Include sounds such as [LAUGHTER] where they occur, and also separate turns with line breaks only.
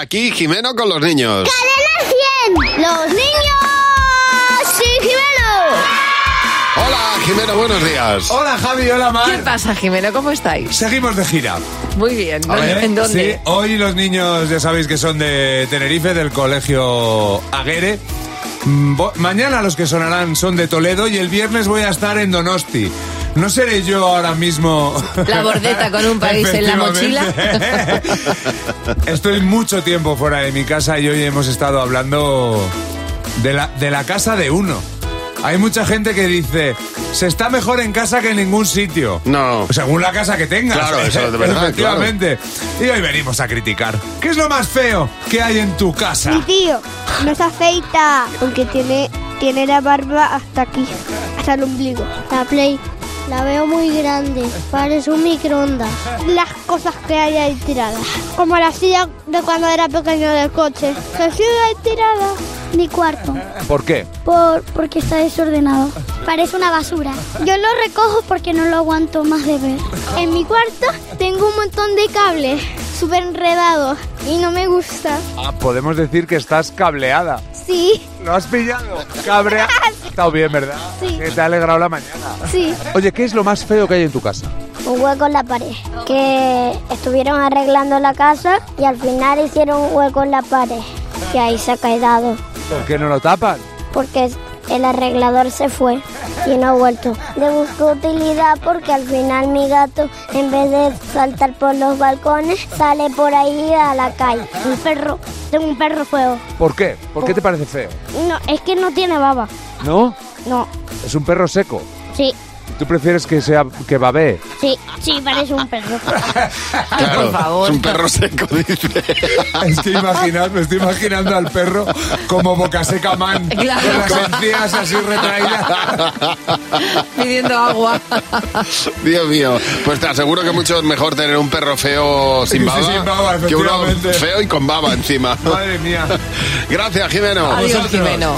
Aquí Jimeno con los niños.
¡Cadena 100! ¡Los niños! ¡Sí,
Hola Jimeno, buenos días.
Hola Javi, hola
¿Qué
Mar.
pasa, Jimeno? ¿Cómo estáis?
Seguimos de gira.
Muy bien.
A ver,
¿En dónde?
Sí, hoy los niños ya sabéis que son de Tenerife, del colegio Aguere. Mm, vo- Mañana los que sonarán son de Toledo y el viernes voy a estar en Donosti. No seré yo ahora mismo.
[LAUGHS] La bordeta con un país en la mochila.
Efectivamente. [LAUGHS] Estoy mucho tiempo fuera de mi casa y hoy hemos estado hablando de la, de la casa de uno. Hay mucha gente que dice, se está mejor en casa que en ningún sitio.
No.
Según la casa que tengas.
Claro, eso es de verdad,
Efectivamente. Y hoy venimos a criticar. ¿Qué es lo más feo que hay en tu casa?
Mi tío no se afeita porque tiene, tiene la barba hasta aquí, hasta el ombligo.
La Play la veo muy grande, parece un microondas.
Las cosas que hay ahí tiradas. Como la silla de cuando era pequeño del coche. Que sigue ahí tirada.
Mi cuarto,
¿Por qué?
por, porque está desordenado. Parece una basura. Yo lo recojo porque no lo aguanto más de ver.
En mi cuarto tengo un montón de cables súper enredados y no me gusta.
Ah, podemos decir que estás cableada.
Sí,
¿Lo has pillado? Cabrea. Está bien, ¿verdad?
Sí.
Que te ha alegrado la mañana.
sí.
Oye, ¿qué es lo más feo que hay en tu casa?
Un hueco en la pared. Que estuvieron arreglando la casa y al final hicieron un hueco en la pared. Y ahí se ha quedado.
¿Por qué no lo tapan?
porque el arreglador se fue y no ha vuelto. Le busco utilidad porque al final mi gato, en vez de saltar por los balcones, sale por ahí a la calle. Un perro, tengo un perro fuego.
¿Por qué? ¿Por qué te parece feo?
No, es que no tiene baba.
¿No?
No,
Es un perro seco.
sí,
¿Tú prefieres que sea que babee?
sí, sí, parece un perro.
Ay, por favor.
Es un perro seco, [LAUGHS] dice.
Es que imaginas, me estoy imaginando al perro como boca seca man,
Claro.
con las encías así retraídas.
Pidiendo
[LAUGHS]
agua.
Dios mío. Pues te aseguro que mucho es mejor tener un perro feo sin
Sí,
baba,
sin baba,
que uno
efectivamente.
feo y con baba encima.
Madre mía.
[LAUGHS] Gracias, Jimeno.
Adiós,
vosotros.
Jimeno.